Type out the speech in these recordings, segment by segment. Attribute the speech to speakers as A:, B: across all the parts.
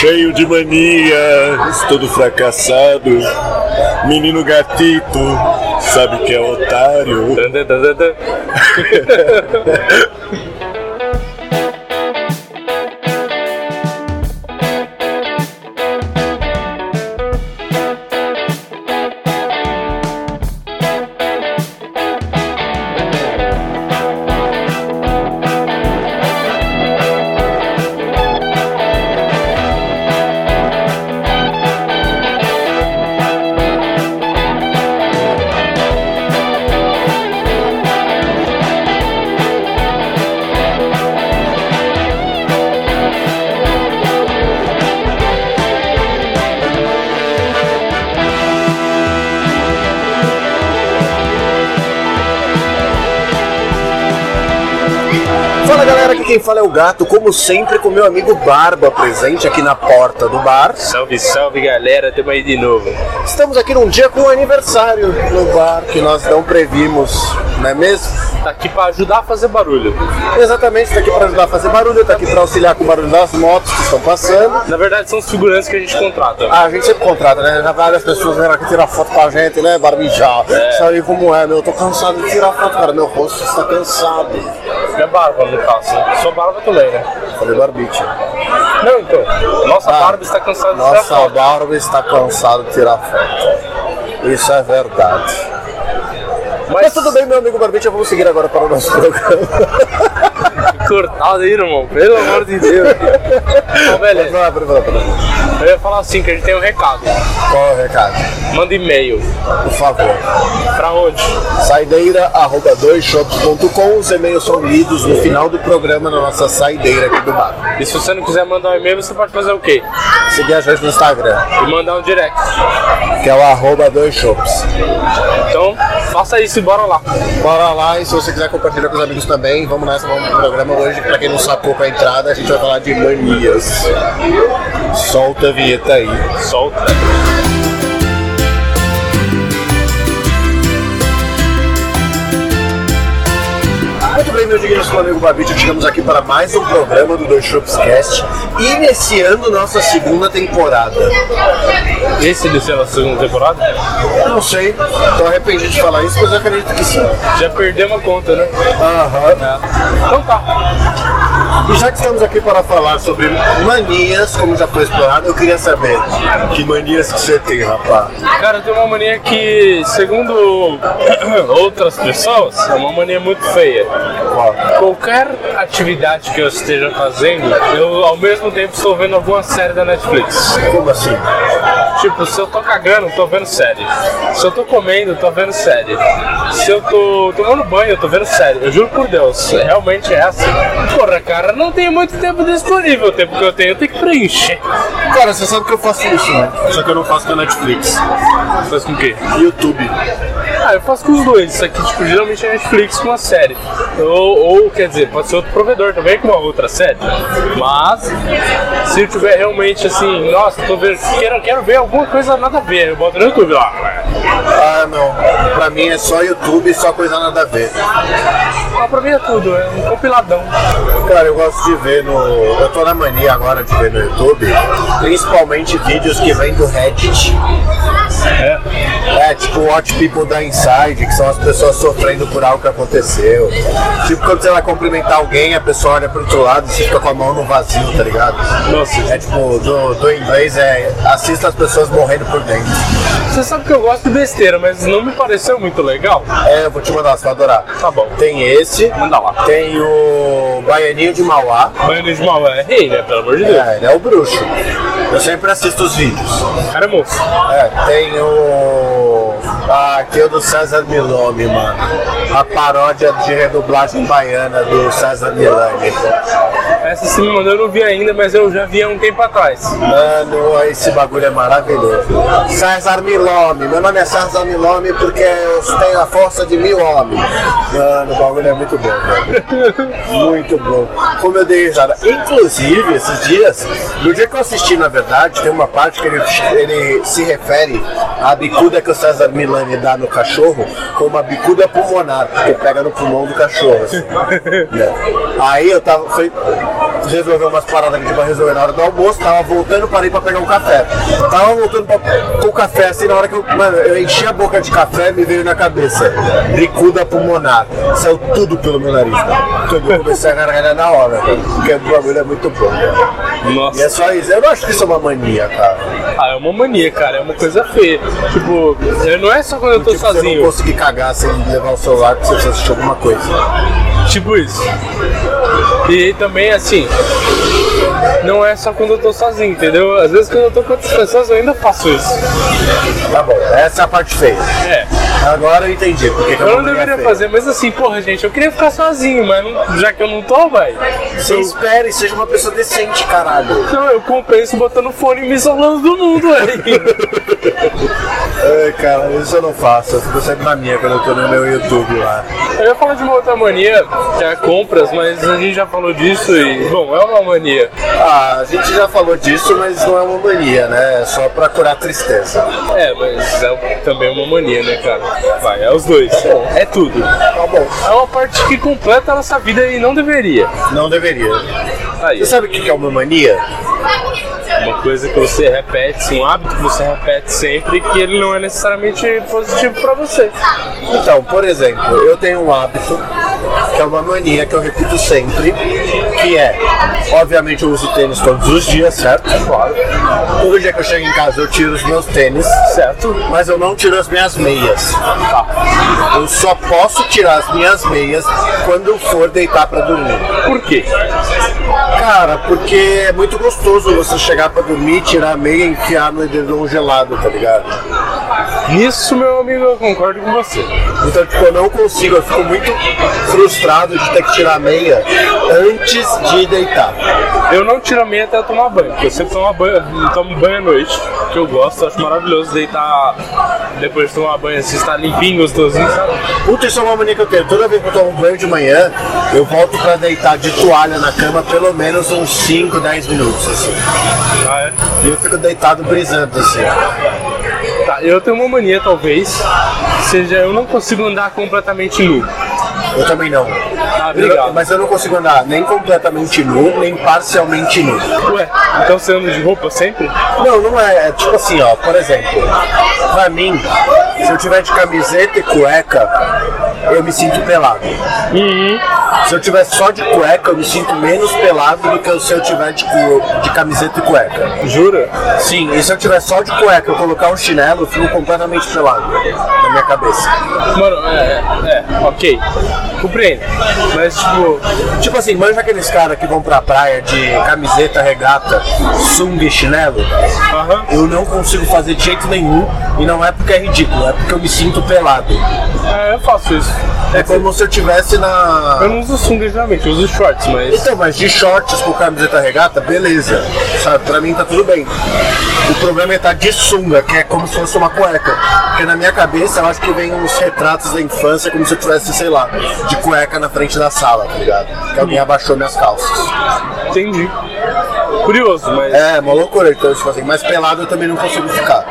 A: cheio de manias, todo fracassado. Menino gatito, sabe que é otário.
B: Dan, dan, dan, dan, dan.
C: Fala galera, aqui quem fala é o Gato, como sempre com meu amigo Barba presente aqui na porta do bar.
B: Salve, salve galera, tamo aí de novo.
C: Estamos aqui num dia com um aniversário no bar que nós não previmos, não é mesmo?
B: Tá aqui pra ajudar a fazer barulho.
C: Exatamente, tá aqui para ajudar a fazer barulho, tá aqui para auxiliar com o barulho das motos que estão passando.
B: Na verdade, são os figurantes que a gente contrata.
C: Ah, a gente sempre contrata, né? Já várias pessoas vieram aqui tirar foto com a gente, né, Barbijá? Sabe como é, meu? Eu tô cansado de tirar foto, cara, meu rosto está cansado.
B: Minha barba, no caso. né? Sua barba tu lembra?
C: Falei, Barbite.
B: Não, então. Nossa
C: Ah.
B: barba está cansada de tirar
C: Nossa, a
B: foto.
C: barba está cansado de tirar foto. Isso é verdade. Mas, tudo bem, meu amigo Barbite, vamos seguir agora para o nosso programa.
B: Cortado aí, irmão, pelo amor de Deus. Ô,
C: Mas
B: velho,
C: não é para falar para mim.
B: eu ia falar assim, que a gente tem um recado.
C: Qual é o recado?
B: Manda e-mail.
C: Por favor.
B: Pra onde?
C: Saideira, arroba doisshops.com. Os e-mails são lidos no final do programa na nossa saideira aqui do bar.
B: E se você não quiser mandar um e-mail, você pode fazer o quê?
C: Seguir a gente no Instagram,
B: E mandar um direct.
C: que é o arroba doisshops.
B: Então, faça isso e bora lá.
C: Bora lá e se você quiser compartilhar com os amigos também, vamos nessa, vamos pro programa hoje. Pra quem não sacou com é a entrada, a gente vai falar de manias. Solta a vinheta aí.
B: Solta.
C: Muito bem, meu digníssimo amigo Babito, chegamos aqui para mais um programa do Dois Shops Cast, iniciando nossa segunda temporada.
B: Esse desceu na segunda temporada?
C: Eu não sei, tô arrependido de falar isso, mas eu acredito que sim.
B: Já perdeu uma conta, né?
C: Aham.
B: Então tá.
C: E já que estamos aqui para falar sobre manias, como já foi explorado, eu queria saber que manias que você tem, rapaz.
B: Cara, eu tenho uma mania que, segundo outras pessoas, é uma mania muito feia.
C: Qual?
B: Qualquer atividade que eu esteja fazendo, eu ao mesmo tempo estou vendo alguma série da Netflix.
C: Como assim?
B: Tipo, se eu tô cagando, tô vendo série. Se eu tô comendo, tô vendo série. Se eu tô tomando banho, eu tô vendo série. Eu juro por Deus, realmente é assim. Porra, cara, não tenho muito tempo disponível. O tempo que eu tenho, eu tenho que preencher.
C: Cara, você sabe que eu faço isso, né? Só que eu não faço com a Netflix.
B: Faz com o quê?
C: YouTube.
B: Ah, eu faço com os dois. Isso aqui, tipo, geralmente é Netflix com uma série. Ou, ou, quer dizer, pode ser outro provedor também com uma outra série. Mas, se eu tiver realmente assim, nossa, tô vendo, quero, quero ver alguma coisa nada a ver, eu boto no YouTube lá.
C: Ah, não. Pra mim é só YouTube, só coisa nada a ver.
B: Ah, pra mim é tudo, é um compiladão.
C: Cara, eu gosto de ver no. Eu tô na mania agora de ver no YouTube, principalmente vídeos que vêm do Reddit. É. tipo Watch People da Inside, que são as pessoas sofrendo por algo que aconteceu. Tipo, quando você vai cumprimentar alguém, a pessoa olha pro outro lado e você fica com a mão no vazio, tá ligado?
B: Nossa.
C: É tipo, do, do inglês é assista as pessoas morrendo por dentro.
B: Você sabe que eu gosto de besteira, mas não me pareceu muito legal.
C: É, eu vou te mandar, você vai adorar.
B: Tá bom.
C: Tem esse,
B: Manda lá.
C: tem o Baianinho de Mauá.
B: Mas mal é rei, né? Pelo amor de Deus.
C: É, ele é o bruxo. Eu sempre assisto os vídeos.
B: Cara, é moço.
C: É, tem o. Ah, aqui é o do César Milone, mano. A paródia de redublagem baiana do César Milani.
B: Essa se me mandou, eu não vi ainda, mas eu já vi há um tempo atrás.
C: Mano, esse bagulho é maravilhoso. César Milome, meu nome é César Milome porque eu tenho a força de mil homens. Mano, o bagulho é muito bom, velho. Muito bom. Como eu dei risada. Inclusive, esses dias, no dia que eu assisti, na verdade, tem uma parte que ele, ele se refere à bicuda que o César Milani dá no cachorro como uma bicuda pulmonar, porque pega no pulmão do cachorro. assim. Né? Aí eu tava. Foi, resolver umas paradas que tinha pra resolver na hora do almoço, tava voltando, parei pra pegar um café. Tava voltando pra, com o café, assim, na hora que eu, mano, eu enchi a boca de café, me veio na cabeça. Bicuda pulmonar. Saiu tudo pelo meu nariz, cara. Tudo. Eu comecei a gargalhar na hora, porque o bagulho é muito bom. cara. E é
B: Nossa.
C: só isso. Eu não acho que isso é uma mania, cara. Tipo,
B: Ah, é uma mania, cara. É uma coisa feia. Tipo, eu- não é só quando eu tô
C: Tipo, Você não
B: sozinho.
C: conseguir cagar sem levar o celular porque você precisa assistir alguma coisa.
B: Tipo isso. E também, assim, não é só quando eu tô sozinho, entendeu? Às vezes quando eu tô com outras pessoas eu ainda faço isso.
C: Tá bom, essa é a parte feia.
B: É.
C: Agora eu entendi. Porque
B: Eu não deveria fazer, mas assim, porra, gente, eu queria ficar sozinho, mas não- já que eu não tô, vai.
C: Você espere, seja uma pessoa decente, caralho.
B: Não, eu compenso botando fone e me isolando do mundo, velho.
C: Ai, cara, isso eu não faço. Eu fico sempre na minha quando eu tô no meu YouTube lá.
B: Eu ia falar de uma outra mania, que é compras, mas a gente já falou disso e, bom, é uma mania.
C: Ah, a gente já falou disso, mas não é uma mania, né? É só pra curar tristeza.
B: É, mas é também uma mania, né, cara? Vai, é os dois. É tudo.
C: Tá bom.
B: É uma parte que completa a nossa vida e não deveria.
C: Não deveria.
B: Aí,
C: Você sabe o que que é uma mania?
B: uma coisa que você repete, um hábito que você repete sempre, que ele não é necessariamente positivo pra você.
C: Então, por exemplo, eu tenho um hábito, que é uma mania que eu repito sempre, que é, obviamente eu uso tênis todos os dias, certo? Claro. Todo dia que eu chego em casa eu tiro os meus tênis, certo? Mas eu não tiro as minhas meias. tá? Eu só posso tirar as minhas meias quando eu for deitar pra dormir.
B: Por quê?
C: Cara, porque é muito gostoso você chegar pra dormir, tirar a meia e enfiar no edredom gelado, tá ligado?
B: Nisso, meu amigo, eu concordo com você.
C: Então, tipo, eu não consigo, eu fico muito frustrado de ter que tirar a meia antes de deitar.
B: Eu não tiro a meia até eu tomar banho, porque eu sempre tomo banho, tomo banho à noite, que eu gosto, acho maravilhoso deitar depois de tomar banho, assim, estar limpinho, gostosinho, sabe?
C: Puta, isso é uma mania que eu tenho. Toda vez que eu tomo um banho de manhã, eu volto pra deitar de toalha na cama pelo menos uns 5, 10 minutos, assim.
B: Ah,
C: E eu fico deitado brisando, assim.
B: é. Tá, eu tenho uma mania, talvez, seja eu não consigo andar completamente nu.
C: Eu também não.
B: Ah, obrigado.
C: Mas eu não consigo andar nem completamente nu, nem parcialmente nu.
B: Ué, então você anda de roupa sempre?
C: Não, não é. É tipo assim, ó, por exemplo, pra mim, se eu tiver de camiseta e cueca, eu me sinto pelado. Se eu tiver só de cueca, eu me sinto menos pelado do que se eu tiver de, cu- de camiseta e cueca.
B: Jura?
C: Sim, e se eu tiver só de cueca e colocar um chinelo, eu fico completamente pelado na minha cabeça.
B: Mano, é, é, é, ok. Compreendo. Mas, tipo,
C: Tipo assim, manja aqueles caras que vão pra praia de camiseta, regata, sunga e chinelo?
B: aham.
C: Eu não consigo fazer de jeito nenhum, e não é porque é ridículo, é porque eu me sinto pelado.
B: É, eu faço isso.
C: É como se eu tivesse
B: Eu
C: na.
B: não uso sunga geralmente, eu uso shorts, mas.
C: Então, mas de shorts com camiseta regata, beleza. Sabe, pra mim tá tudo bem. O problema é estar de sunga, que é como se fosse uma cueca. Porque na minha cabeça eu acho que vem uns retratos da infância como se eu tivesse, sei lá, de cueca na frente da sala, tá ligado? Que alguém abaixou minhas calças.
B: Entendi. Curioso, mas.
C: É, uma loucura, então, tipo assim, mas pelado eu também não consigo ficar.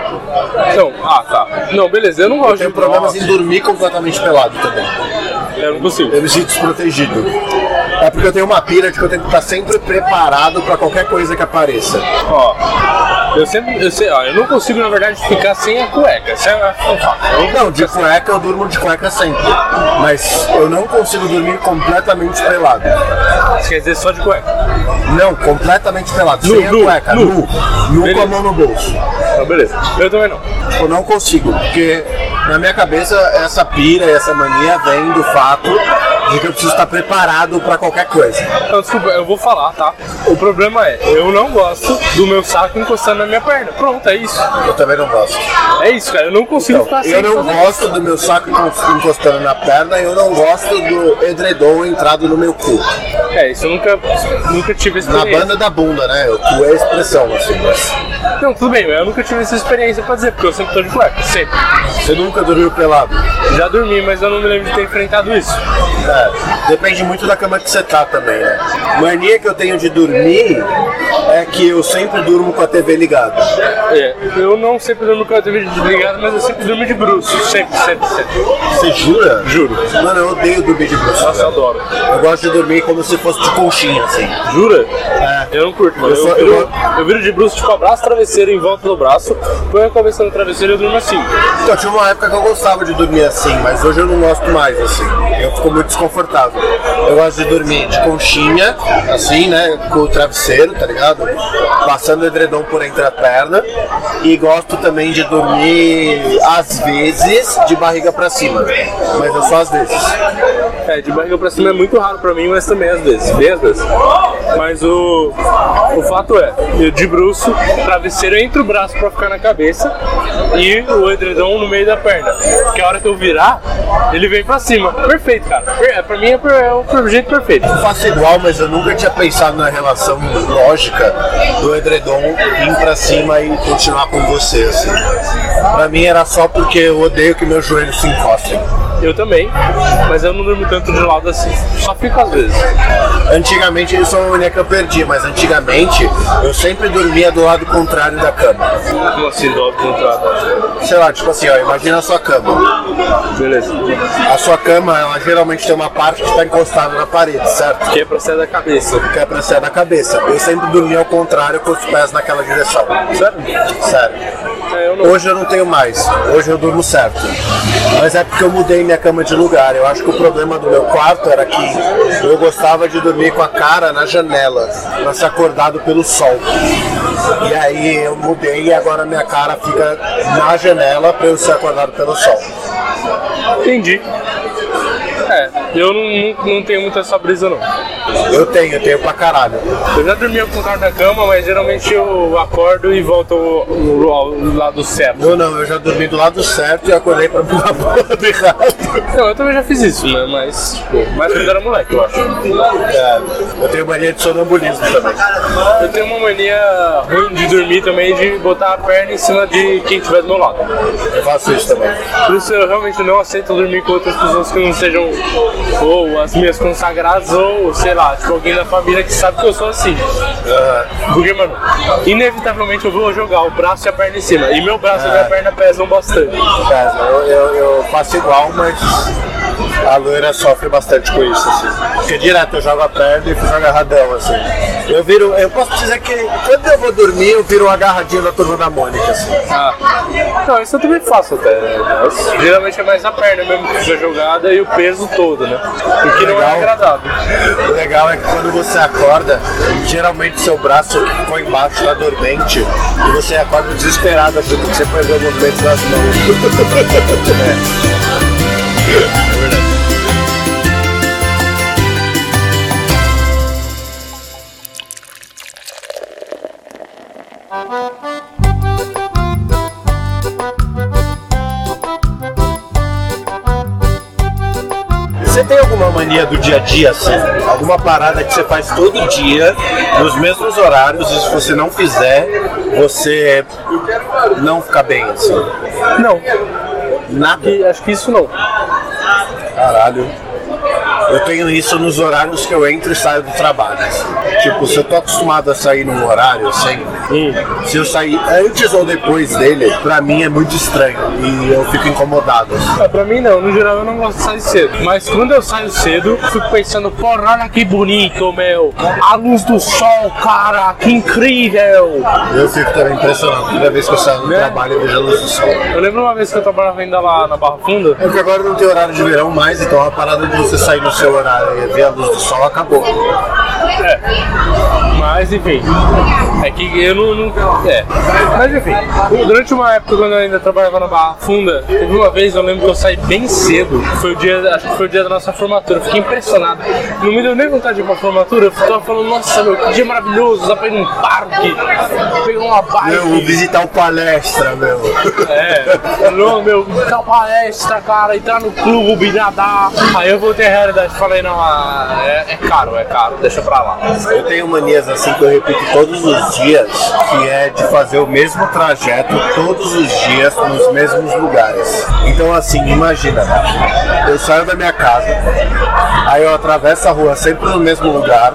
B: Então, ah, tá. Não, beleza, eu não gosto
C: Tenho
B: de
C: problemas em dormir completamente pelado também.
B: Eu não consigo.
C: Eu me sinto desprotegido. É porque eu tenho uma pira de que eu tenho que estar sempre preparado pra qualquer coisa que apareça.
B: Ó. Eu sempre. Eu, sei, ó, eu não consigo, na verdade, ficar sem a cueca. Isso é um fato. Eu
C: Não, de cueca eu durmo de cueca sempre. Mas eu não consigo dormir completamente pelado.
B: Isso quer dizer só de cueca.
C: Não, completamente pelado.
B: Nu,
C: sem
B: nu,
C: a cueca.
B: nu.
C: Nu. Nu com
B: Beleza.
C: a mão no bolso. Tipo,
B: Então, beleza. Eu também não.
C: Eu não consigo, porque na minha cabeça essa pira, essa mania vem do fato de que eu preciso estar preparado pra qualquer coisa.
B: Não, desculpa, eu vou falar, tá? O problema é, eu não gosto do meu saco encostando na minha perna. Pronto, é isso.
C: Eu também não gosto.
B: É isso, cara. Eu não consigo
C: Então,
B: ficar sem
C: eu não
B: fazer
C: gosto do meu saco encostando na perna, eu não gosto do edredom entrado no meu cu.
B: É, isso eu nunca, nunca tive essa
C: Na
B: experiência.
C: banda da bunda, né? O cu é a expressão, assim. Mas
B: Não, tudo bem, eu nunca tive essa experiência pra dizer, porque eu sempre tô de cueca, sempre.
C: você nunca dormiu pelado?
B: Já dormi, mas eu não me lembro de ter enfrentado isso.
C: É, depende muito da cama que você tá também, né? Mania que eu tenho de dormir é que eu sempre durmo com a TV ligada.
B: É, eu não sempre durmo com a TV desligada, mas eu sempre durmo de bruxo. Sempre, sempre, sempre.
C: Você jura?
B: Juro.
C: Mano, eu odeio dormir de bruxo.
B: Nossa, eu adoro.
C: Eu gosto de dormir como se fosse de conchinha, assim.
B: Jura? Eu não curto, mano.
C: Eu só-
B: Eu,
C: eu
B: viro,
C: go-
B: eu viro de bruxo, tipo, abraço o travesseiro em volta do braço, põe a cabeça no travesseiro e eu durmo assim.
C: Então, tinha uma época que eu gostava de dormir assim, mas hoje eu não gosto mais assim. Eu fico muito desconfortável. Eu gosto de dormir de conchinha, assim, né? Com o travesseiro, tá ligado? Passando o edredom por entre a perna. E gosto também de dormir, às vezes, de barriga pra cima. Mas é só às vezes.
B: É, de barriga pra cima é muito raro pra mim, mas também às vezes. Mesmas. Mas o, o fato é, eu de bruxo, travesseiro entre o braço pra ficar na cabeça e o edredom no meio da perna. Porque a hora que eu virar, ele vem pra cima. Perfeito, cara. Per- Pra mim é, per- é o per- jeito perfeito.
C: Eu faço igual, mas eu nunca tinha pensado na relação lógica do edredom vir pra cima e continuar com você, assim. Pra mim era só porque eu odeio que meus joelhos se encostem.
B: Eu também, mas eu não durmo tanto de lado assim. Só fico às vezes.
C: Antigamente, isso é uma mania que eu perdi, mas antigamente eu sempre dormia do lado contrário da cama.
B: Como assim, do lado contrário?
C: Sei lá, tipo assim, ó, imagina a sua cama.
B: Beleza.
C: A sua cama, ela geralmente tem uma parte que está encostada na parede, certo?
B: Que é pra sair da cabeça.
C: Que é pra ser da cabeça. Eu sempre dormia ao contrário com os pés naquela direção. Sério? Sério.
B: É, eu não.
C: Hoje eu não tenho mais. Hoje eu durmo certo. Mas é porque eu mudei minha cama de lugar. Eu acho que o problema do meu quarto era que eu gostava de dormir com a cara na janela, pra ser acordado pelo sol. E aí eu mudei e agora minha cara fica na janela pra eu ser acordado pelo sol.
B: Entendi. É, eu não, não, não tenho muita essa brisa não.
C: Eu tenho, eu tenho pra caralho.
B: Eu já dormi ao contrário da cama, mas geralmente eu acordo e volto ao, ao- ao lado certo.
C: Eu não, eu já dormi do lado certo e acordei pra uma porra do errado.
B: Não, eu também já fiz isso, né? Mas, tipo, mas quando era moleque, eu acho.
C: É, eu tenho mania de sonambulismo também.
B: Eu tenho uma mania ruim de dormir também, de botar a perna em cima de quem estiver do meu lado.
C: Eu faço isso também.
B: Por isso eu realmente não aceito dormir com outras pessoas que não sejam ou as minhas consagradas ou, sei lá, tipo alguém da família que sabe que eu sou assim.
C: Aham.
B: Porque, mano, inevitavelmente eu vou jogar o braço e a perna em cima. E meu braço e minha perna pesam bastante.
C: Cara, eu, eu, eu faço igual, mas a loira sofre bastante com isso, assim. Porque direto eu jogo a perna e fico agarradão, assim. Eu viro, eu posso dizer que quando eu vou dormir, eu viro um agarradinho da turma da Mônica, assim.
B: Ah. Não, isso é eu também faço até. né? Mas geralmente é mais a perna mesmo que fica jogada e o peso todo, né? O que não é
C: Legal.
B: agradável.
C: O legal é que quando você acorda, geralmente seu braço que ficou embaixo tá dormente e você acorda desesperado, assim, porque você perdeu o movimento das mãos. É. Você tem alguma mania do dia a dia, assim? Alguma parada que você faz todo dia, nos mesmos horários, e se você não fizer, você não fica bem, assim?
B: Não,
C: Nada.
B: e acho que isso não.
C: Caralho. Eu tenho isso nos horários que eu entro e saio do trabalho. assim. Tipo, se eu tô acostumado a sair num horário, assim, se eu sair antes ou depois dele, pra mim é muito estranho e eu fico incomodado. assim.
B: Ah, pra mim não, no geral eu não gosto de sair cedo. Mas quando eu saio cedo, eu fico pensando, porra, olha que bonito, meu. A luz do sol, cara, que incrível.
C: Eu fico também impressionado toda vez que eu saio do
B: Né?
C: trabalho e vejo a luz do sol.
B: Eu lembro uma vez que eu trabalhava ainda lá na Barra Funda.
C: É porque agora não tem horário de verão mais, então a parada de você sair no seu horário e ver a luz do sol acabou.
B: Mas enfim, é que eu não. não- é. Mas enfim, durante uma época quando eu ainda trabalhava na Barra Funda, teve uma vez eu lembro que eu saí bem cedo. Foi o dia, acho que foi o dia da nossa formatura. eu Fiquei impressionado. Não me deu nem vontade de ir pra formatura. Eu tava falando, nossa, meu, que dia maravilhoso. Dá pra ir num parque, pegar uma bike.
C: Eu vou visitar o palestra, meu.
B: É, não, meu, dar palestra, cara, entrar no clube, nadar. Aí eu voltei à realidade e falei, não, ah, é, é caro, é caro, deixa pra lá.
C: Eu tenho manias assim que eu repito todos os dias, que é de fazer o mesmo trajeto todos os dias nos mesmos lugares. Então assim, imagina, Eu saio da minha casa, aí eu atravesso a rua sempre no mesmo lugar,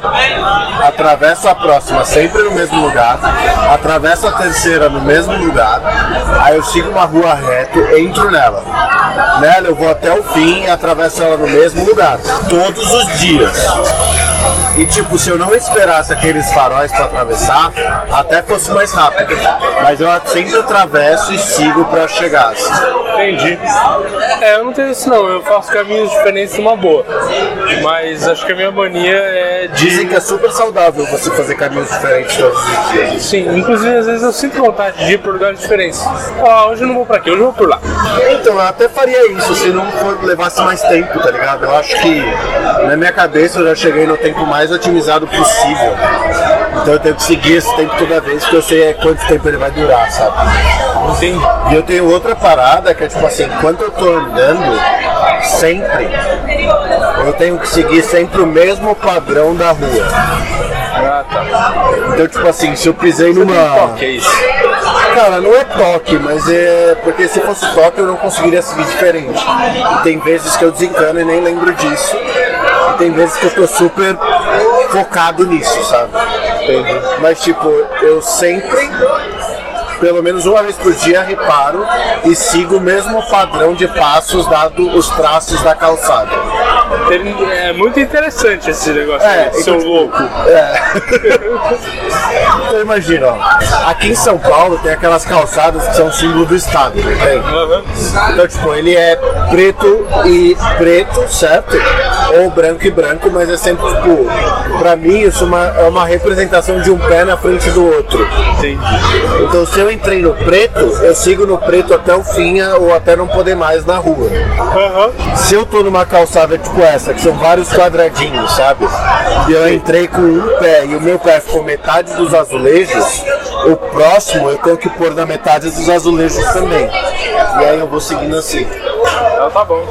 C: atravesso a próxima sempre no mesmo lugar, atravesso a terceira no mesmo lugar, aí eu sigo uma rua reto, entro nela. Nela eu vou até o fim e atravesso ela no mesmo lugar, todos os dias. E tipo, se eu não esperasse aqueles faróis pra atravessar, até fosse mais rápido. Mas eu sempre atravesso e sigo pra chegar.
B: Entendi. É, eu não tenho isso não, eu faço caminhos diferentes numa boa. Mas acho que a minha mania é
C: Dizem
B: de.
C: que é super saudável você fazer caminhos diferentes todos os dias.
B: Sim, inclusive às vezes eu sinto vontade de ir por lugares diferentes. Ah, hoje eu não vou pra aqui, hoje eu vou por lá.
C: Então, eu até faria isso se não for- levasse mais tempo, tá ligado? Eu acho que na minha cabeça eu já cheguei no tempo mais otimizado possível. Então eu tenho que seguir esse tempo toda vez, porque eu sei é quanto tempo ele vai durar, sabe?
B: Entendi.
C: E eu tenho outra parada que é tipo assim, enquanto eu tô andando, sempre, eu tenho que seguir sempre o mesmo padrão da rua.
B: Ah, tá.
C: Então, tipo assim, se eu pisei numa.
B: Ok, é isso.
C: Cara, não é toque, mas é. Porque se fosse toque eu não conseguiria seguir diferente. E tem vezes que eu desencano e nem lembro disso. E tem vezes que eu tô super focado nisso, sabe? Mas, tipo, eu sempre, pelo menos uma vez por dia, reparo e sigo o mesmo padrão de passos, dado os traços da calçada.
B: Tem- É muito interessante esse negócio,
C: É,
B: aí, seu
C: então, tipo,
B: louco.
C: Então, imagina, ó. Aqui em São Paulo tem aquelas calçadas que são símbolo do Estado, não tem?
B: Aham.
C: Então, tipo, ele é preto e preto, certo? Ou branco e branco, mas é sempre, tipo, pra mim isso é uma, é uma representação de um pé na frente do outro.
B: Entendi.
C: Então, se eu entrei no preto, eu sigo no preto até o fim eh, ou até não poder mais na rua.
B: Aham.
C: Se eu tô numa calçada tipo essa, que são vários quadradinhos, sabe? E eu entrei com um pé e o meu pé ficou metade dos azulejos, o próximo eu tenho que pôr na metade dos azulejos também. E aí eu vou seguindo assim.
B: Então tá bom.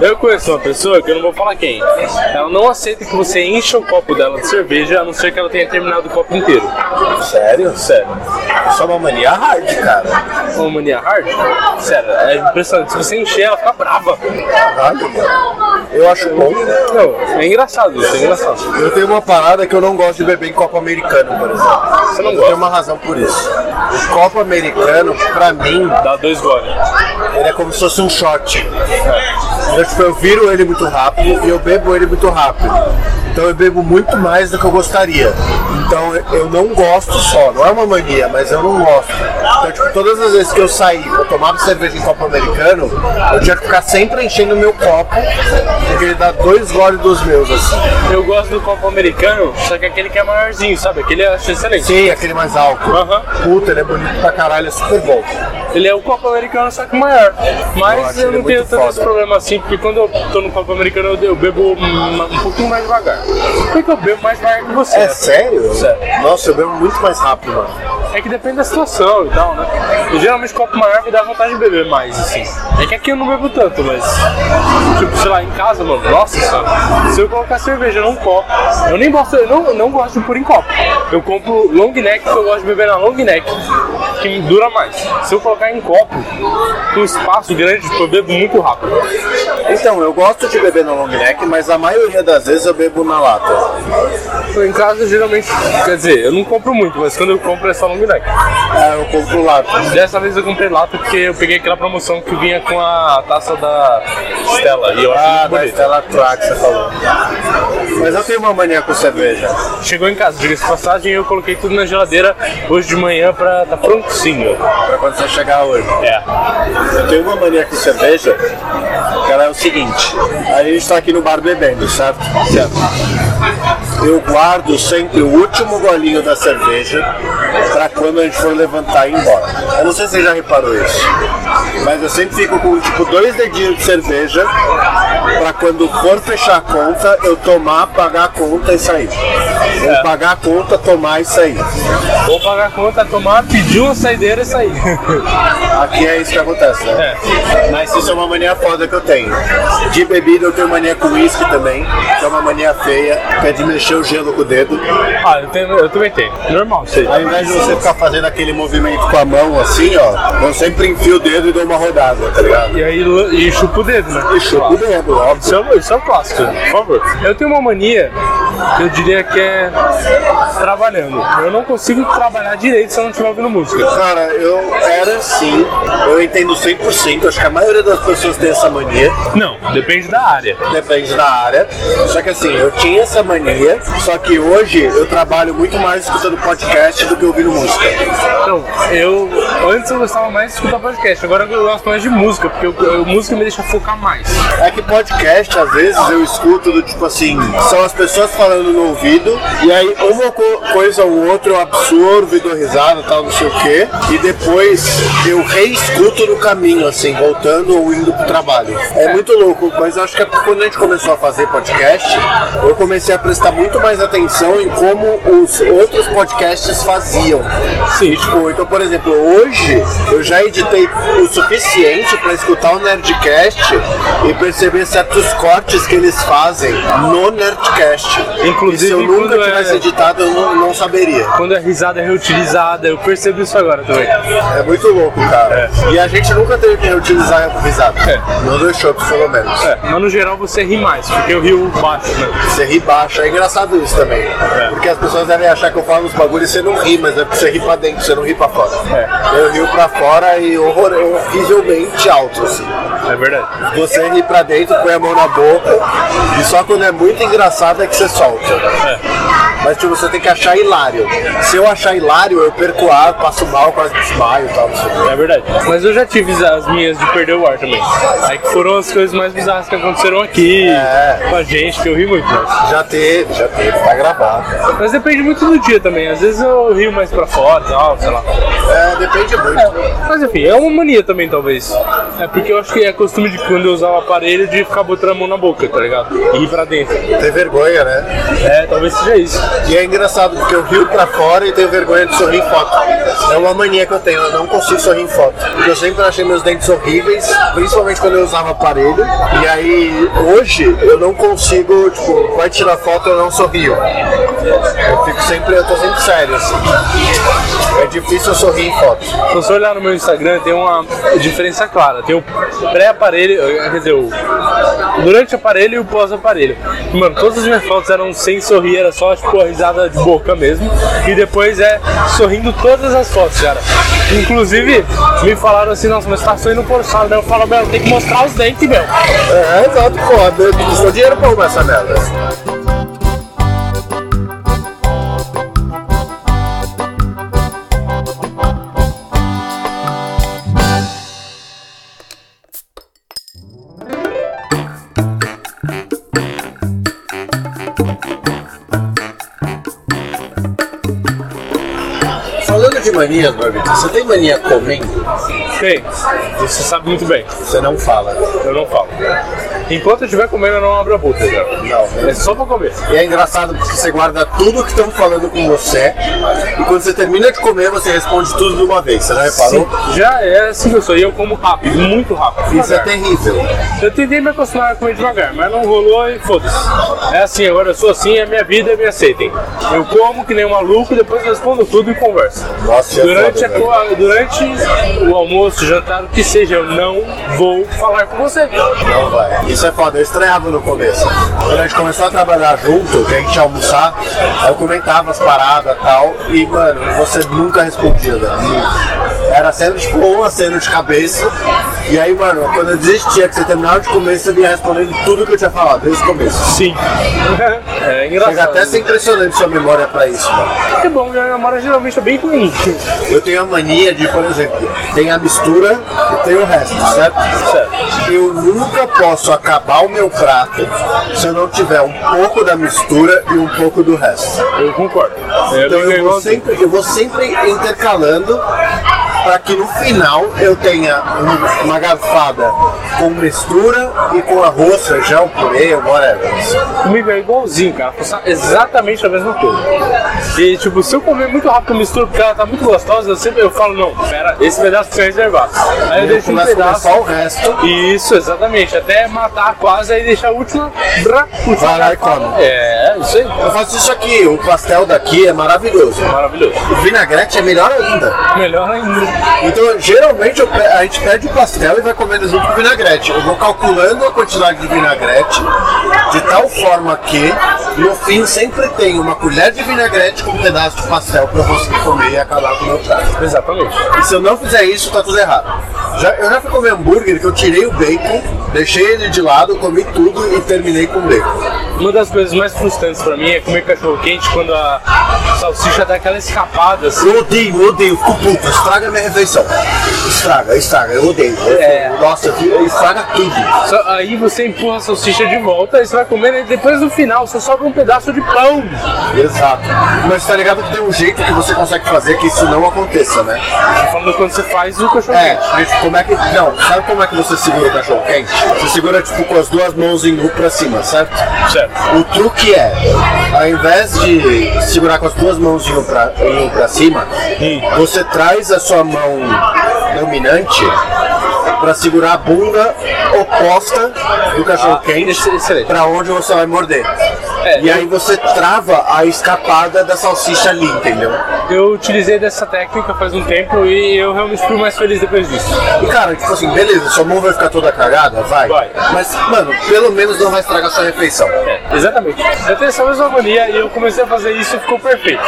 B: Eu conheço uma pessoa que eu não vou falar quem. Ela não aceita que você encha o copo dela de cerveja, a não ser que ela tenha terminado o copo inteiro.
C: Sério?
B: Sério.
C: Isso é uma mania hard, cara.
B: Uma mania hard? Sério, é impressionante. Se você encher, ela fica brava.
C: Caralho, mano. Eu acho bom.
B: Não, é engraçado isso, é engraçado.
C: Eu tenho uma parada que eu não gosto de beber em copo americano, por exemplo.
B: Você não
C: Eu tenho
B: gosta?
C: uma razão por isso. O copo americano, pra mim,
B: Dá dois goles.
C: Ele é como se fosse um shot. Eu, tipo, eu viro ele muito rápido e eu bebo ele muito rápido. Então eu bebo muito mais do que eu gostaria. Então eu- eu não gosto só, não é uma mania, mas eu não gosto. Então, tipo, todas as vezes que eu saí, eu tomava cerveja em copo americano, eu tinha que ficar sempre enchendo o meu copo, porque ele dá dois goles dos meus, assim.
B: Eu gosto do copo americano, só que aquele que é maiorzinho, sabe? Aquele eu acho excelente.
C: Sim, aquele mais alto.
B: Aham.
C: Puta, ele é bonito pra caralho, é super bom.
B: Ele é o copo americano, só que maior.
C: Eu
B: Mas
C: acho
B: eu
C: ele
B: não tenho
C: muito
B: tanto esse
C: foda.
B: problema assim, porque quando eu tô no copo americano eu eu bebo um, um pouquinho mais devagar. Por que eu bebo mais devagar que você?
C: É sério?
B: Sério.
C: Nossa, eu bebo muito mais rápido, mano.
B: É que depende da situação e tal, né? E geralmente copo maior me dá vontade de beber mais, assim. É que aqui eu não bebo tanto, mas. Tipo, sei lá, em casa, mano, nossa senhora. Se eu colocar cerveja num copo, eu nem gosto, eu não, não gosto de pôr em copo. Eu compro long neck, que eu gosto de beber na long neck, que me dura mais. Se eu colocar em copo, com espaço grande, tipo, eu bebo muito rápido.
C: Então, eu gosto de beber no long neck, mas a maioria das vezes eu bebo na lata.
B: Em casa, geralmente, quer dizer, eu não compro muito, mas quando eu compro é só long neck.
C: É, eu compro lata.
B: Dessa vez eu comprei lata porque eu peguei aquela promoção que vinha com a taça da Stella e eu achei
C: Ah,
B: muito
C: da
B: bonito.
C: Stella Track, você falou. Mas eu tenho uma mania com cerveja.
B: Chegou em casa, diga-se de passagem, eu coloquei tudo na geladeira hoje de manhã pra tá prontinho.
C: Pra quando você chegar hoje.
B: É.
C: Eu tenho uma mania com cerveja, que ela é o seguinte. A gente tá aqui no bar bebendo, certo? Certo. Eu guardo sempre o último golinho da cerveja pra quando a gente for levantar e ir embora. Eu não sei se você já reparou isso. Mas eu sempre fico com tipo dois dedinhos de cerveja pra quando for fechar a conta, eu tomar, pagar a conta e sair. Eu pagar a conta, tomar e sair.
B: Vou pagar a conta, tomar, pedir uma saideira e sair.
C: Aqui é isso que acontece, né? Mas isso é uma mania foda que eu tenho. De bebida eu tenho mania com uísque também, que é uma mania feia, que é de mexer o gelo com o dedo.
B: Ah, eu, tenho, eu também tenho. Normal, sei.
C: Ao invés de você ficar fazendo aquele movimento com a mão assim, ó, eu sempre enfio o dedo e dou uma rodada, tá ligado?
B: E aí lan- e chupa o dedo, né?
C: E chupo o dedo.
B: clássico, óbvio. Isso é, um- isso é um clássico, por favor. Eu tenho uma mania que eu diria que é trabalhando. Eu não consigo trabalhar direito se eu não estiver ouvindo música.
C: Cara, eu era assim, eu entendo 100%, acho que a maioria das pessoas tem essa mania,
B: Não, depende da área.
C: depende da área. Só que assim, eu tinha essa mania, só que hoje eu trabalho muito mais escutando podcast do que ouvindo música.
B: Então, eu antes eu gostava mais de escutar podcast, agora eu gosto mais de música, porque eu, eu- música me deixa focar mais.
C: É que podcast, às vezes, eu escuto do tipo assim, são as pessoas falando no ouvido, e aí uma co- coisa ou outra eu absorvo e dou risada, tal, não sei o quê, e depois eu reescuto no caminho, assim, voltando ou indo pro trabalho. É muito louco, mas eu acho que é porque quando a gente começou a fazer podcast, eu comecei a prestar muito mais atenção em como os outros podcasts faziam.
B: Sim.
C: E, tipo, então, por exemplo, hoje eu já editei o suficiente para escutar o Nerdcast e perceber certos cortes que eles fazem no Nerdcast.
B: Inclusive,
C: E se eu nunca
B: quando é-
C: tivesse editado, eu não, não saberia.
B: Quando a risada é reutilizada, eu percebo isso agora também.
C: É muito louco, cara. E a gente nunca teve que reutilizar a risada.
B: É.
C: Não deixou, pelo menos.
B: É, mas no geral você ri mais, porque eu rio baixo, né?
C: Você ri baixo, é engraçado isso também. Porque as pessoas devem achar que eu falo uns bagulhos e você não ri, mas é porque você ri pra dentro, você não ri pra fora.
B: É.
C: Eu rio pra fora e horror- horrivelmente alto, assim.
B: É verdade.
C: Você ri pra dentro, põe a mão na boca e só quando é muito engraçado é que você solta. Mas tipo, você tem que achar hilário. Se eu achar hilário, eu perco ar, passo mal, quase desmaio e tal. não sei o quê.
B: É verdade. Mas eu já tive as minhas de perder o ar também. Aí que foram as coisas mais bizarras que aconteceram aqui
C: É.
B: com a gente, que eu ri muito mais.
C: Já teve, já teve, tá gravado.
B: Mas depende muito do dia também. Às vezes eu rio mais pra fora e tal, sei lá.
C: É, depende muito.
B: É, Mas enfim, é uma mania também, talvez. É porque eu acho que é costume de quando eu usar o aparelho de ficar botando a mão na boca, tá ligado? E ir pra dentro.
C: Tem vergonha, né?
B: É, talvez seja isso.
C: E é engraçado porque eu rio pra fora e tenho vergonha de sorrir em foto. É uma mania que eu tenho, eu não consigo sorrir em foto. Porque eu sempre achei meus dentes horríveis, principalmente quando eu usava aparelho. E aí, hoje, eu não consigo, tipo, vai tirar foto, eu não sorrio. Eu fico sempre, eu tô sempre sério, assim. É difícil eu sorrir em foto.
B: Se você olhar no meu Instagram, tem uma diferença clara. Tem o pré-aparelho, eh, quer dizer, o durante o aparelho e o pós-aparelho. Mano, todas as minhas fotos eram sem sorrir, era só tipo a risada de boca mesmo. E depois é sorrindo todas as fotos, cara. Inclusive, me falaram assim, nossa, mas tá sorrindo forçado. Daí eu falo, meu, tem que mostrar os dentes, meu.
C: É, exato, pô, eu preciso dinheiro pra arrumar essa merda. Falando de manias, Barbita, você tem mania comendo?
B: Bem, você sabe muito bem,
C: Você não fala.
B: eu não falo. Enquanto eu estiver comendo, eu não abro a boca, cara.
C: Não,
B: É só pra comer.
C: E é engraçado porque você guarda tudo que estão falando com você e quando você termina de comer, você responde tudo de uma vez. Você já reparou?
B: Já é assim que eu sou, e eu como rápido, muito rápido.
C: Isso é terrível.
B: Eu tentei me acostumar a comer devagar, mas não rolou e foda-se. É assim, agora eu sou assim, é minha vida, me aceitem. Eu como que nem um maluco, depois respondo tudo e converso.
C: Nossa, é
B: durante,
C: foda,
B: a co- durante o almoço, jantar, o que seja, eu não vou falar com você.
C: Não vai. Isso é foda. Eu estranhava no começo. Quando a gente começou a trabalhar junto, que a gente ia almoçar, aí eu comentava as paradas e tal. E, mano, você nunca respondia, velho. Era sempre tipo um aceno de cabeça. E aí, mano, quando eu desistia, que você terminava de comer, você vinha respondendo tudo que eu tinha falado desde o começo.
B: Sim. É
C: Chega
B: engraçado.
C: até assim. a ser impressionante sua memória pra isso, mano.
B: É bom, minha memória geralmente é bem ruim.
C: Eu tenho a mania de, por exemplo, tem a mistura e tem o resto, certo?
B: Certo.
C: Eu nunca posso acabar o meu prato se eu não tiver um pouco da mistura e um pouco do resto.
B: Eu concordo. É
C: Então eu
B: bem
C: vou
B: nervoso.
C: sempre, eu vou sempre intercalando para que no final eu tenha um- uma garfada com mistura e com arroz, feijão, purê, whatever.
B: Comigo é igualzinho, cara. Funciona exatamente a mesma coisa. E tipo, se eu comer muito rápido a mistura porque ela tá muito gostosa, eu sempre eu falo, não, pera, esse pedaço precisa reservar. Aí eu, deixo um
C: começo a comer
B: pedaço.
C: só o resto.
B: Isso, exatamente. Até matar quase aí deixar a última. Brá, última
C: Vai lá e come.
B: É, isso aí.
C: Eu faço isso aqui, o pastel daqui é maravilhoso.
B: Maravilhoso.
C: O vinagrete é melhor ainda.
B: Melhor ainda.
C: Então, geralmente, eu pe- a gente pede o pastel e vai comendo junto com o vinagrete. Eu vou calculando a quantidade de vinagrete de tal forma que, no fim, sempre tem uma colher de vinagrete com um pedaço de pastel pra você comer e acabar com o meu prato.
B: Exatamente.
C: E se eu não fizer isso, tá tudo errado. Já, eu já fui comer hambúrguer que eu tirei o bacon, deixei ele de lado, comi tudo e terminei com bacon.
B: Uma das coisas mais frustrantes pra mim é comer cachorro quente quando a salsicha dá aquela escapada assim.
C: Eu odeio, eu odeio, fico puto, estraga minha refeição. Estraga, estraga, eu odeio. Eu-
B: É.
C: Nossa, eu- estraga tudo.
B: Só- aí você empurra a salsicha de volta, aí você vai comendo e depois no final só sobra um pedaço de pão.
C: Exato. Mas tá ligado que tem um jeito que você consegue fazer que isso não aconteça, né?
B: Tô falando quando você faz o cachorro
C: É,
B: quente.
C: tipo, como é que. Não, sabe como é que você segura o cachorro quente? Você segura tipo com as duas mãos em U pra cima, certo?
B: Certo.
C: O truque é, ao invés de segurar com as duas mãos em U pra, em U pra cima, você traz a sua mão dominante pra segurar a bunda oposta do cachorro quente
B: Ah, ex- excelente.
C: pra onde você vai morder.
B: É.
C: e aí você trava a escapada da salsicha ali, entendeu?
B: Eu utilizei dessa técnica faz um tempo e eu realmente fui mais feliz depois disso.
C: E cara, tipo assim, beleza, sua mão vai ficar toda cagada? Vai.
B: Vai.
C: Mas, mano, pelo menos não vai estragar sua refeição.
B: É, exatamente. Eu tenho essa mesma mania e eu comecei a fazer isso e ficou perfeito.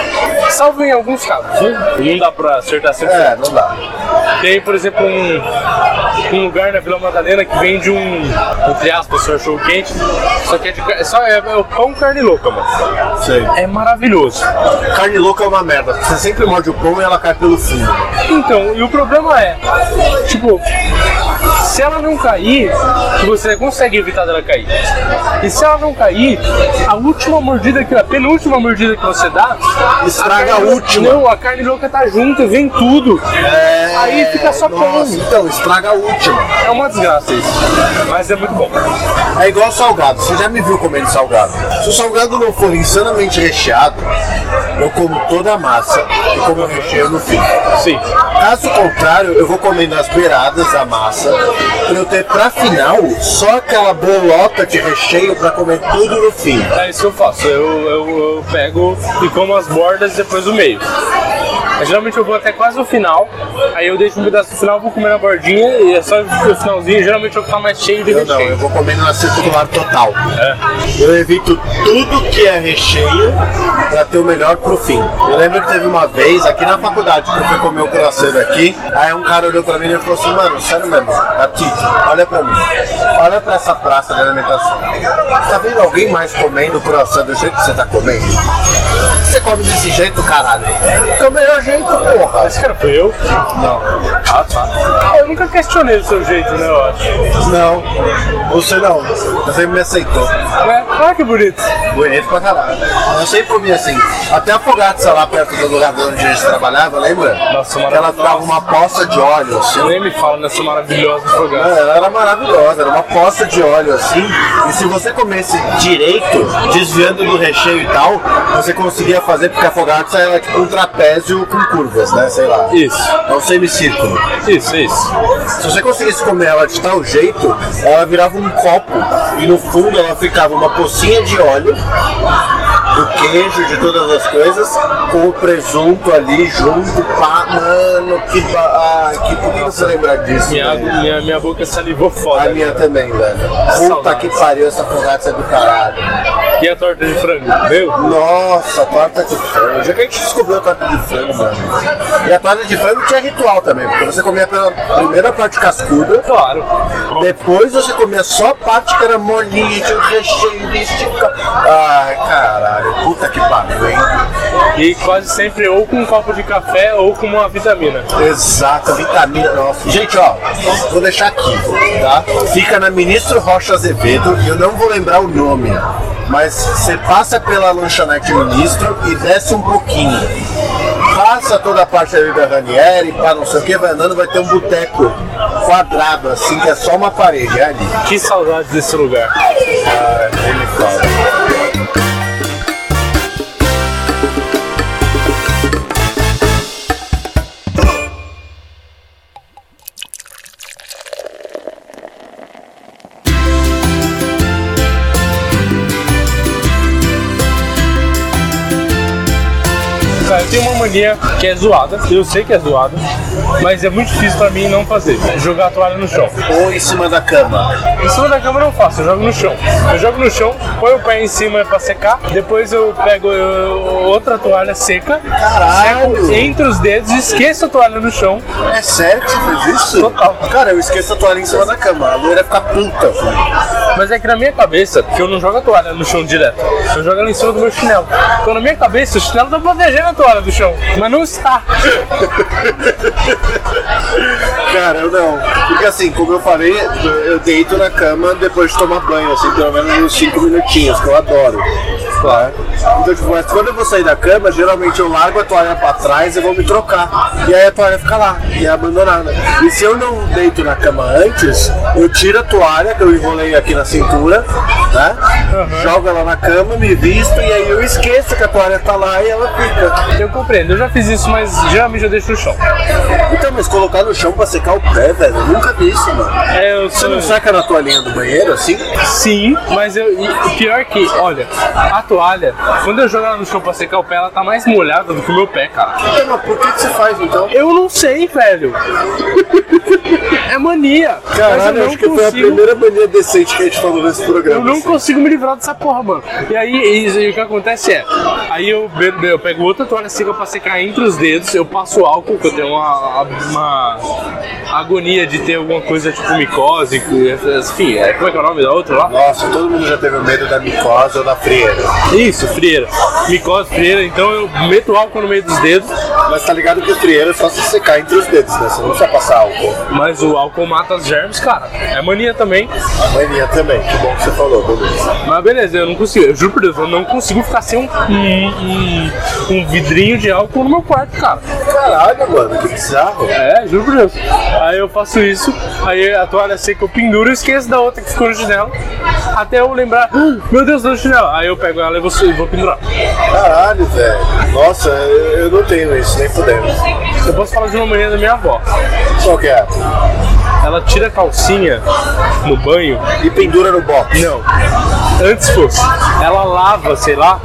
B: Salvo em alguns casos. né? Não dá pra acertar sempre.
C: É, não dá.
B: Tem, por exemplo, um, um lugar na Vila Madalena que vende um, entre aspas, seu cachorro quente, só que é, de, car- só é, é o pão carne louca, mano.
C: Sei.
B: É maravilhoso.
C: Carne louca é uma merda. Você sempre morde o pão e ela cai pelo fundo.
B: Então, e o problema é, tipo, se ela não cair, você consegue evitar dela cair. E se ela não cair, a última mordida que a penúltima mordida que você dá,
C: Estraga
B: carne-
C: a última.
B: Não, a carne louca tá junto, vem tudo.
C: É,
B: Aí fica só pão.
C: nossa, Então, estraga a última.
B: É uma desgraça isso. Mas é muito bom.
C: É igual salgado. Você já me viu comendo salgado. Se o salgado não for insanamente recheado, eu como toda a massa e como o recheio no fim.
B: Sim.
C: Caso contrário, eu vou comendo as beiradas da massa pra eu ter pra final só aquela bolota de recheio pra comer tudo no fim.
B: É isso que eu faço. Eu, eu, eu pego e como as bordas e depois o meio. Mas, geralmente eu vou até quase o final, aí eu deixo um pedaço do final, vou comer na bordinha e é só o finalzinho. Geralmente eu fico mais cheio de
C: Eu não, eu
B: recheio.
C: vou comendo na circular total.
B: É.
C: Eu evito tudo que é recheio pra ter o melhor pro fim. Eu lembro que teve uma vez aqui na faculdade que eu fui comer o croissant aqui, aí um cara olhou pra mim e falou assim, mano, sério mesmo, aqui, olha pra mim, olha pra essa praça de alimentação. Tá vendo alguém mais comendo croissant do jeito que você tá comendo? Por que Você come desse jeito, caralho. Que é o melhor jeito, porra.
B: Esse cara foi eu?
C: Não.
B: Ah, tá. Eu nunca questionei o seu jeito, né, eu acho.
C: Não. Você não. Você me aceitou.
B: Né? Olha que bonito.
C: Bonito pra caralho. né? Eu sempre comia assim. Até a fogata lá perto do lugar onde a gente trabalhava, lembra?
B: Nossa,
C: Que ela
B: maravilhosa.
C: ficava uma poça de óleo assim.
B: Nem me fala nessa maravilhosa
C: Mano,
B: fogata.
C: Ela era maravilhosa, era uma poça de óleo assim. E se você comesse direito, desviando do recheio e tal, você conseguia fazer, porque a fogata era tipo um trapézio com curvas, né? Sei lá.
B: Isso,
C: É um semicírculo.
B: isso, isso.
C: Se você conseguisse comer ela de tal jeito, ela virava um copo e no fundo ela ficava uma pocinha de óleo, do queijo, de todas as coisas, com o presunto ali junto. Pá, mano, que. ba- Ai, que por que você lembrar disso?
B: Minha,
C: velho?
B: minha, minha boca salivou
C: A
B: foda.
C: minha também, velho. Puta
B: Saudades.
C: que pariu essa fogata do caralho.
B: E a torta de frango? Meu?
C: Nossa, torta de frango. O dia que a gente descobriu a torta de frango, mano. E a torta de frango tinha ritual também, porque você comia pela primeira parte cascuda.
B: Claro.
C: Depois você comia só a parte que era molinha, tinha um recheio estica. Ai, caralho, puta que pariu, hein?
B: E quase sempre ou com um copo de café ou com uma vitamina.
C: Exato, vitamina nossa. Gente, ó, vou deixar aqui, tá? Fica na Ministro Rocha Azevedo, eu não vou lembrar o nome, mas você passa pela lanchonete Ministro e desce um pouquinho. Passa toda a parte ali da Ranieri, para não sei o que, vai andando, vai ter um boteco quadrado, assim, que é só uma parede, é ali.
B: Que saudade desse lugar.
C: Ah, ele fala.
B: Cara, eu tenho uma mania que é zoada, eu sei que é zoada, mas é muito difícil pra mim não fazer. Jogar a toalha no chão.
C: Ou em cima da cama.
B: Em cima da cama eu não faço, eu jogo no chão. Eu jogo no chão, põe o pé em cima pra secar, depois eu pego eu, outra toalha seca,
C: Caralho!
B: seco entre os dedos, esqueço a toalha no chão.
C: É sério que você fez isso?
B: Total.
C: Cara, eu esqueço a toalha em cima da cama. A loira fica puta. velho.
B: Mas é que na minha cabeça, que eu não jogo a toalha no chão direto, eu jogo ela em cima do meu chinelo. Então na minha cabeça, o chinelo tá protegendo a toalha do chão, mas não está.
C: Cara, eu não. Porque assim, como eu falei, eu deito na cama depois de tomar banho, assim, pelo menos uns 5 minutinhos, que eu adoro. Claro. Então, tipo, mas quando eu vou sair da cama, geralmente eu largo a toalha pra trás e vou me trocar. E aí a toalha fica lá, e é abandonada. E se eu não deito na cama antes, eu tiro a toalha que eu enrolei aqui na cintura, né? Jogo ela na cama, me visto, e aí eu esqueço que a toalha tá lá e ela fica.
B: Eu compreendo, eu já fiz isso, mas geralmente eu deixo no chão.
C: Então, mas colocar no chão pra secar o pé, velho, eu nunca vi isso, mano.
B: É, eu
C: Você
B: sou...
C: não saca na toalhinha do banheiro assim?
B: Sim, mas eu, e o pior que, olha, a toalha, quando eu jogo ela no chão pra secar o pé, ela tá mais molhada do que o meu pé, cara.
C: Então, mas por que, que você faz então?
B: Eu não sei, velho. É mania. mas eu
C: Caralho,
B: não
C: acho que foi a
B: consigo.
C: primeira mania decente que a gente falou nesse programa.
B: Eu não
C: assim.
B: consigo me livrar dessa porra, mano. E aí, e- e o que acontece é, aí eu, be- eu pego outra toalha seca pra secar entre os dedos, eu passo álcool, que eu tenho uma, uma agonia de ter alguma coisa tipo micose, que- enfim, é, como é que é o nome da outra lá?
C: Nossa, todo mundo já teve medo da micose ou da frieira.
B: Isso, frieira. Micose, frieira, então eu meto álcool no meio dos dedos,
C: Mas tá ligado que frieira é só se secar entre os dedos, né? Você não precisa passar álcool.
B: mas o álcool mata os germes, cara. É mania também.
C: A mania também, que bom que você falou, beleza.
B: Mas beleza, eu não consigo, eu juro por Deus, eu não consigo ficar sem um, um, um- um vidrinho de álcool no meu quarto, cara.
C: Caralho, mano, que bizarro.
B: É, juro por Deus. Aí eu faço isso, aí a toalha seca eu penduro e esqueço da outra que ficou no chinelo. Até eu lembrar, "Ah, meu Deus, do chinelo. Aí eu pego ela e vou, su- e vou pendurar.
C: Caralho, velho. Nossa, eu, eu não tenho isso, nem fudendo.
B: Eu posso falar de uma mania da minha avó.
C: Qual que é?
B: Ela tira a calcinha no banho.
C: E pendura no box.
B: Não, antes fosse. Ela lava, sei lá.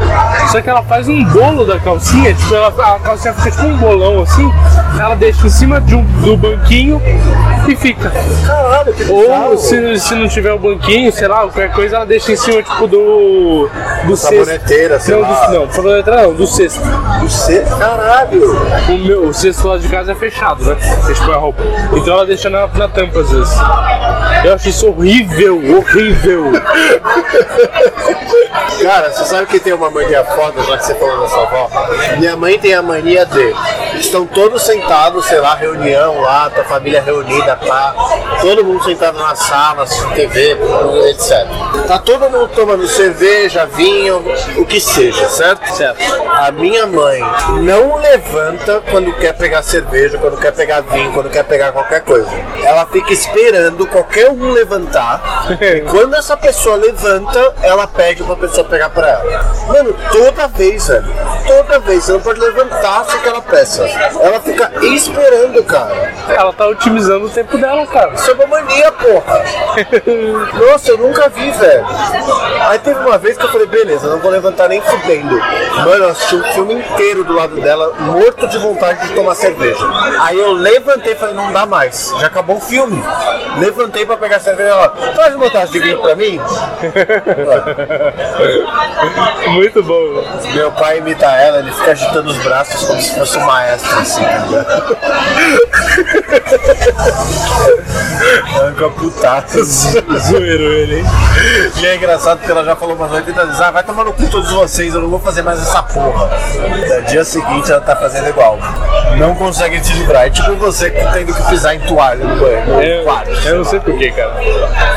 B: Só que ela faz um bolo da calcinha. Tipo, ela, a calcinha fica tipo um bolão assim. Ela deixa em cima de um- do banquinho e fica.
C: Caralho, que bizarro.
B: Ou se, se não tiver o banquinho, sei lá, qualquer coisa, ela deixa em cima, tipo, do. do cesto.
C: Saboneteira, sei
B: não,
C: lá.
B: Do, não, saboneteira não, do cesto.
C: Você... Caralho.
B: O meu, o cesto lá de casa é fechado, né? Vocês põem a roupa. Então ela deixa na, na tampa às vezes. Eu acho isso horrível, horrível.
C: Cara, você sabe que tem uma mania foda, já que você falou da sua avó? Minha mãe tem a mania de. Estão todos sentados, sei lá, reunião lá, tá a família reunida, pá. Todo mundo sentado na sala, assistindo TV, etc. Tá todo mundo tomando cerveja, vinho, o que seja, certo? Certo. A minha mãe não levanta quando quer pegar cerveja, quando quer pegar vinho, quando quer pegar qualquer coisa. Ela fica esperando qualquer um levantar quando essa pessoa levanta, ela pede pra pessoa pegar pra ela. Mano, toda vez, velho. Toda vez. Você não pode levantar se aquela peça. Ela fica esperando, cara.
B: ela tá otimizando o tempo dela, cara.
C: Isso é uma mania, porra. Nossa, eu nunca vi, velho. Aí teve uma vez que eu falei, beleza, não vou levantar nem fudendo. Mano, eu assisti um filme inteiro do lado dela, morto de vontade de tomar cerveja. Aí eu levantei e falei, não dá mais, já acabou o filme. Levantei pra pegar a cerveja e ela, traz uma taça de vinho pra mim.
B: Muito bom.
C: Meu pai imita ela, ele fica agitando os braços como se fosse um maestro, assim. Ela fica putaça.
B: Zoeiro ele, hein?
C: E é engraçado porque ela já falou umas 80 vezes, ah, vai tomar no cu todos vocês, eu não vou fazer mais essa porra. No dia seguinte ela tá fazendo igual. Não consegue se livrar. É tipo você que tendo que pisar em toalha no banheiro. no
B: Eu,
C: quarto.
B: É, eu não sei porquê, cara.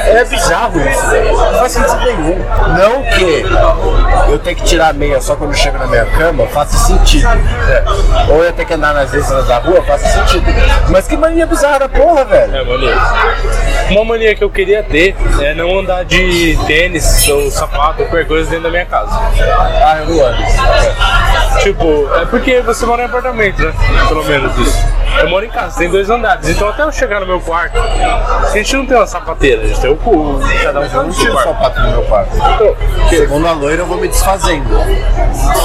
C: É bizarro isso, velho. Não faz sentido nenhum. Não que eu tenho que tirar a meia só quando chego na minha cama, faça sentido. É. Ou eu tenho que andar nas extras da rua, faça sentido. Mas que mania bizarra da porra, velho.
B: É, mania. Uma mania que eu queria ter é não andar de tênis ou sapato ou qualquer coisa dentro da minha casa.
C: Ah, eu não ando.
B: Tipo, é porque você mora em apartamento, né? Pelo menos isso. Eu moro em casa, tem dois andares. Então até eu chegar no meu quarto, a gente não tem uma sapateira, a gente tem o cu, cada um tem
C: Eu não
B: um seu
C: tiro o
B: quarto.
C: sapato do meu quarto.
B: Então,
C: Segundo a loira, eu vou me desfazendo.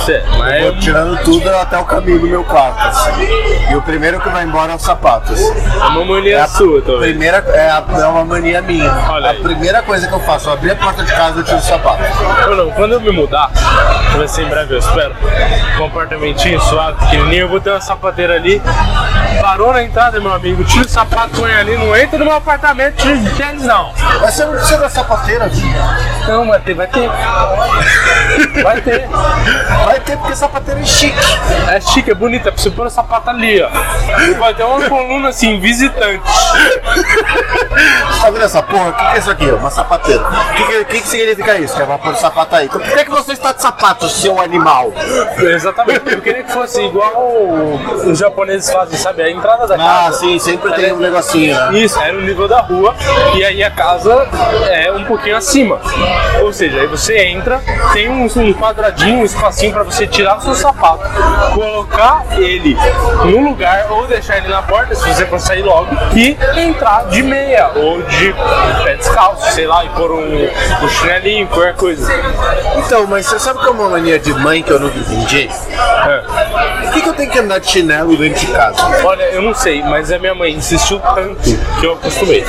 B: é, mas
C: Vou tirando tudo até o caminho do meu quarto. assim. E o primeiro que vai embora é os sapatos.
B: é uma mania sua, talvez.
C: Primeira, é, a- é uma mania minha.
B: Olha aí.
C: A primeira coisa que eu faço, eu abrir a porta de casa, eu tiro os sapatos.
B: Eu não, quando eu me mudar, que vai ser em breve, eu espero, com um apartamentinho suave, pequenininho, eu vou ter uma sapateira ali. Parou na entrada, meu amigo, tira o sapato, põe ali, não entra no meu apartamento, tira de tênis, não.
C: Mas você não precisa da sapateira, filho.
B: Não, vai ter, vai ter. Vai ter.
C: Vai ter porque sapateira é chique.
B: É chique, é bonita, é pra você pôr o sapato ali, ó. Vai ter uma coluna assim, visitante.
C: Tá vendo essa porra? O que, que é isso aqui? Uma sapateira. O que, que, que que significa isso? Que é pra pôr o sapato aí. Então por que, que você está de sapato, seu animal?
B: Exatamente, eu queria que fosse igual os japoneses fazem, sabe? A entrada da
C: Ah,
B: casa. Tá
C: sim, sempre tem um negocinho, né?
B: Isso, era o nível da rua, e aí a casa é um pouquinho acima. Ou seja, aí você entra, tem um, um quadradinho, um espacinho pra você tirar o seu sapato, colocar ele no lugar ou deixar ele na porta, se você for sair logo, e entrar de meia ou de pé descalço, sei lá, e pôr um, um chinelinho, qualquer coisa.
C: Então, mas você sabe que é uma mania de mãe que eu nunca entendi?
B: É.
C: Por que, que eu tenho que andar de chinelo dentro de casa?
B: Olha, eu não sei, mas a minha mãe insistiu tanto que eu acostumei.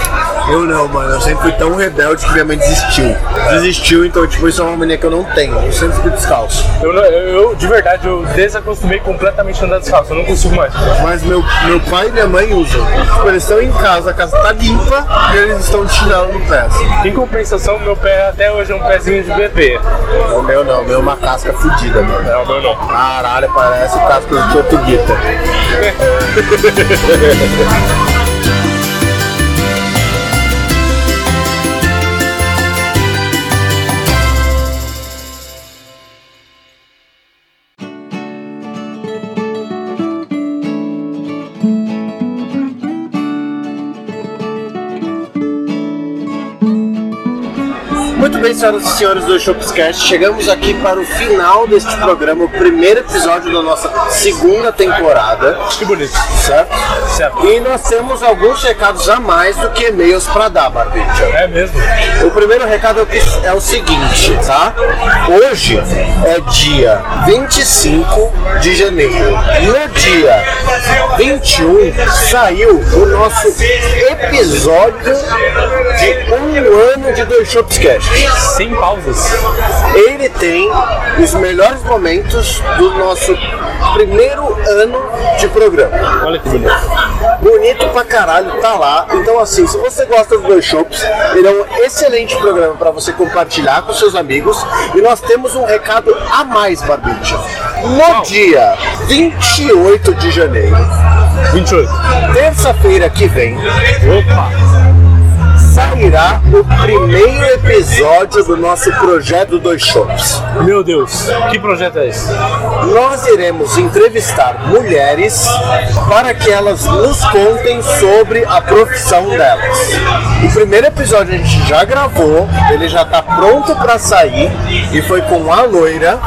C: Eu não, mano. Eu sempre fui tão rebelde que minha mãe desistiu. Desistiu, então, tipo, isso é uma mania que eu não tenho. Eu sempre fico descalço.
B: Eu, não- eu- eu, de verdade, eu desacostumei completamente a andar descalço, eu não consigo mais.
C: Mas meu, meu pai e minha mãe usam. Tipo, eles estão em casa, a casa tá limpa e eles estão de chinelo no pé. assim.
B: Em compensação, meu pé até hoje é um pezinho de bebê.
C: O meu não, o meu é uma casca fodida, mano.
B: Não, É meu não.
C: Caralho, parece casca de tortuguita. Muito bem, senhoras e senhores do Shopscast, chegamos aqui para o final deste programa, o primeiro episódio da nossa segunda temporada,
B: Que bonito.
C: certo?
B: Certo.
C: E nós temos alguns recados a mais do que e-mails para dar, Barbicha.
B: É mesmo?
C: O primeiro recado é o, que- é o seguinte, tá? Hoje é dia 25 de janeiro. No dia 21 saiu o nosso episódio de um ano de dois Shopscast.
B: Sem pausas.
C: Ele tem os melhores momentos do nosso primeiro ano de programa.
B: Olha que bonito.
C: Bonito pra caralho, tá lá. Então, assim, se você gosta dos dois shops, ele é um excelente programa pra você compartilhar com seus amigos. E nós temos um recado a mais, Barbicha. No dia 28 de janeiro,
B: 28.
C: terça-feira que vem,
B: Opa!
C: sairá o primeiro episódio do nosso projeto Dois Shops.
B: Meu Deus, que projeto é esse?
C: Nós iremos entrevistar mulheres para que elas nos contem sobre a profissão delas. O primeiro episódio a gente já gravou, ele já está pronto para sair e foi com a loira.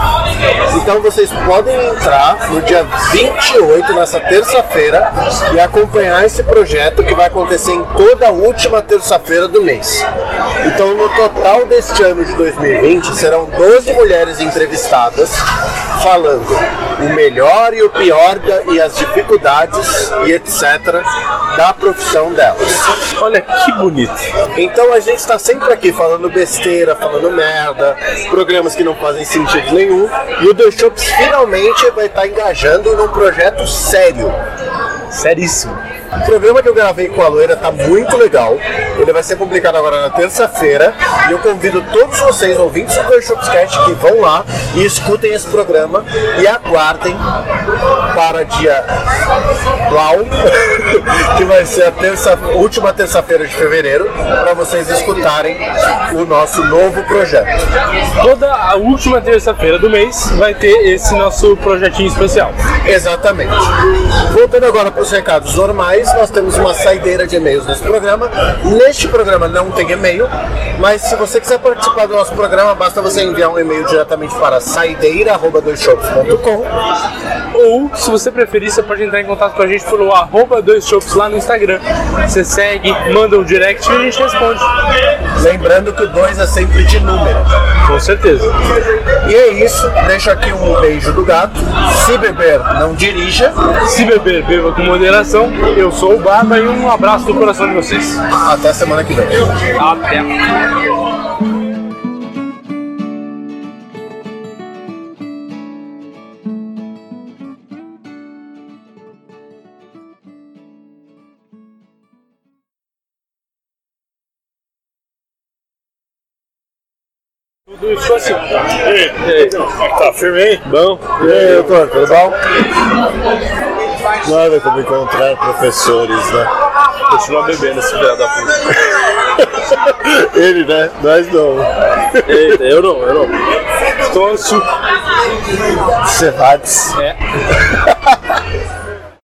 C: Então vocês podem entrar no dia 28, nessa terça-feira, e acompanhar esse projeto que vai acontecer em toda a última terça-feira do mês. Então, no total deste ano de 2020, serão 12 mulheres entrevistadas falando o melhor e o pior da- e as dificuldades e etc. da profissão delas.
B: Olha que bonito.
C: Então a gente está sempre aqui falando besteira, falando merda, programas que não fazem sentido nenhum. E o The Shops finalmente vai estar engajando num projeto sério.
B: Seríssimo.
C: O programa que eu gravei com a Loira tá muito legal. Ele vai ser publicado agora na terça-feira. E eu convido todos vocês, ouvintes do Dois Shopscast, que vão lá e escutem esse programa e aguardem para dia Lau, que vai ser a terça- última terça-feira de fevereiro, para vocês escutarem o nosso novo projeto.
B: Toda a última terça-feira do mês vai ter esse nosso projetinho especial.
C: Exatamente. Voltando agora para os recados normais, isso, nós temos uma saideira de e-mails nesse programa. Neste programa não tem e-mail, mas se você quiser participar do nosso programa, basta você enviar um e-mail diretamente para saideira.doisshops.com
B: Ou, se você preferir, você pode entrar em contato com a gente pelo arroba dois shops lá no Instagram. Você segue, manda um direct e a gente responde.
C: Lembrando que o 2 é sempre de número.
B: Com certeza.
C: E é isso, deixo aqui um beijo do gato. Se beber, não dirija.
B: Se beber, beba com moderação. Eu sou o Barba e um abraço do coração de vocês.
C: Até semana que vem.
B: Até. Tudo isso assim.
A: Tá firme aí?
C: Bom, e aí, doutor, tudo bom?
A: Nada como encontrar professores, né?
B: Continua bebendo esse filho da puta.
A: Ele, né? Nós não.
B: Eita, eu não, eu não. Estou ansioso.
A: Cerrados.
B: É.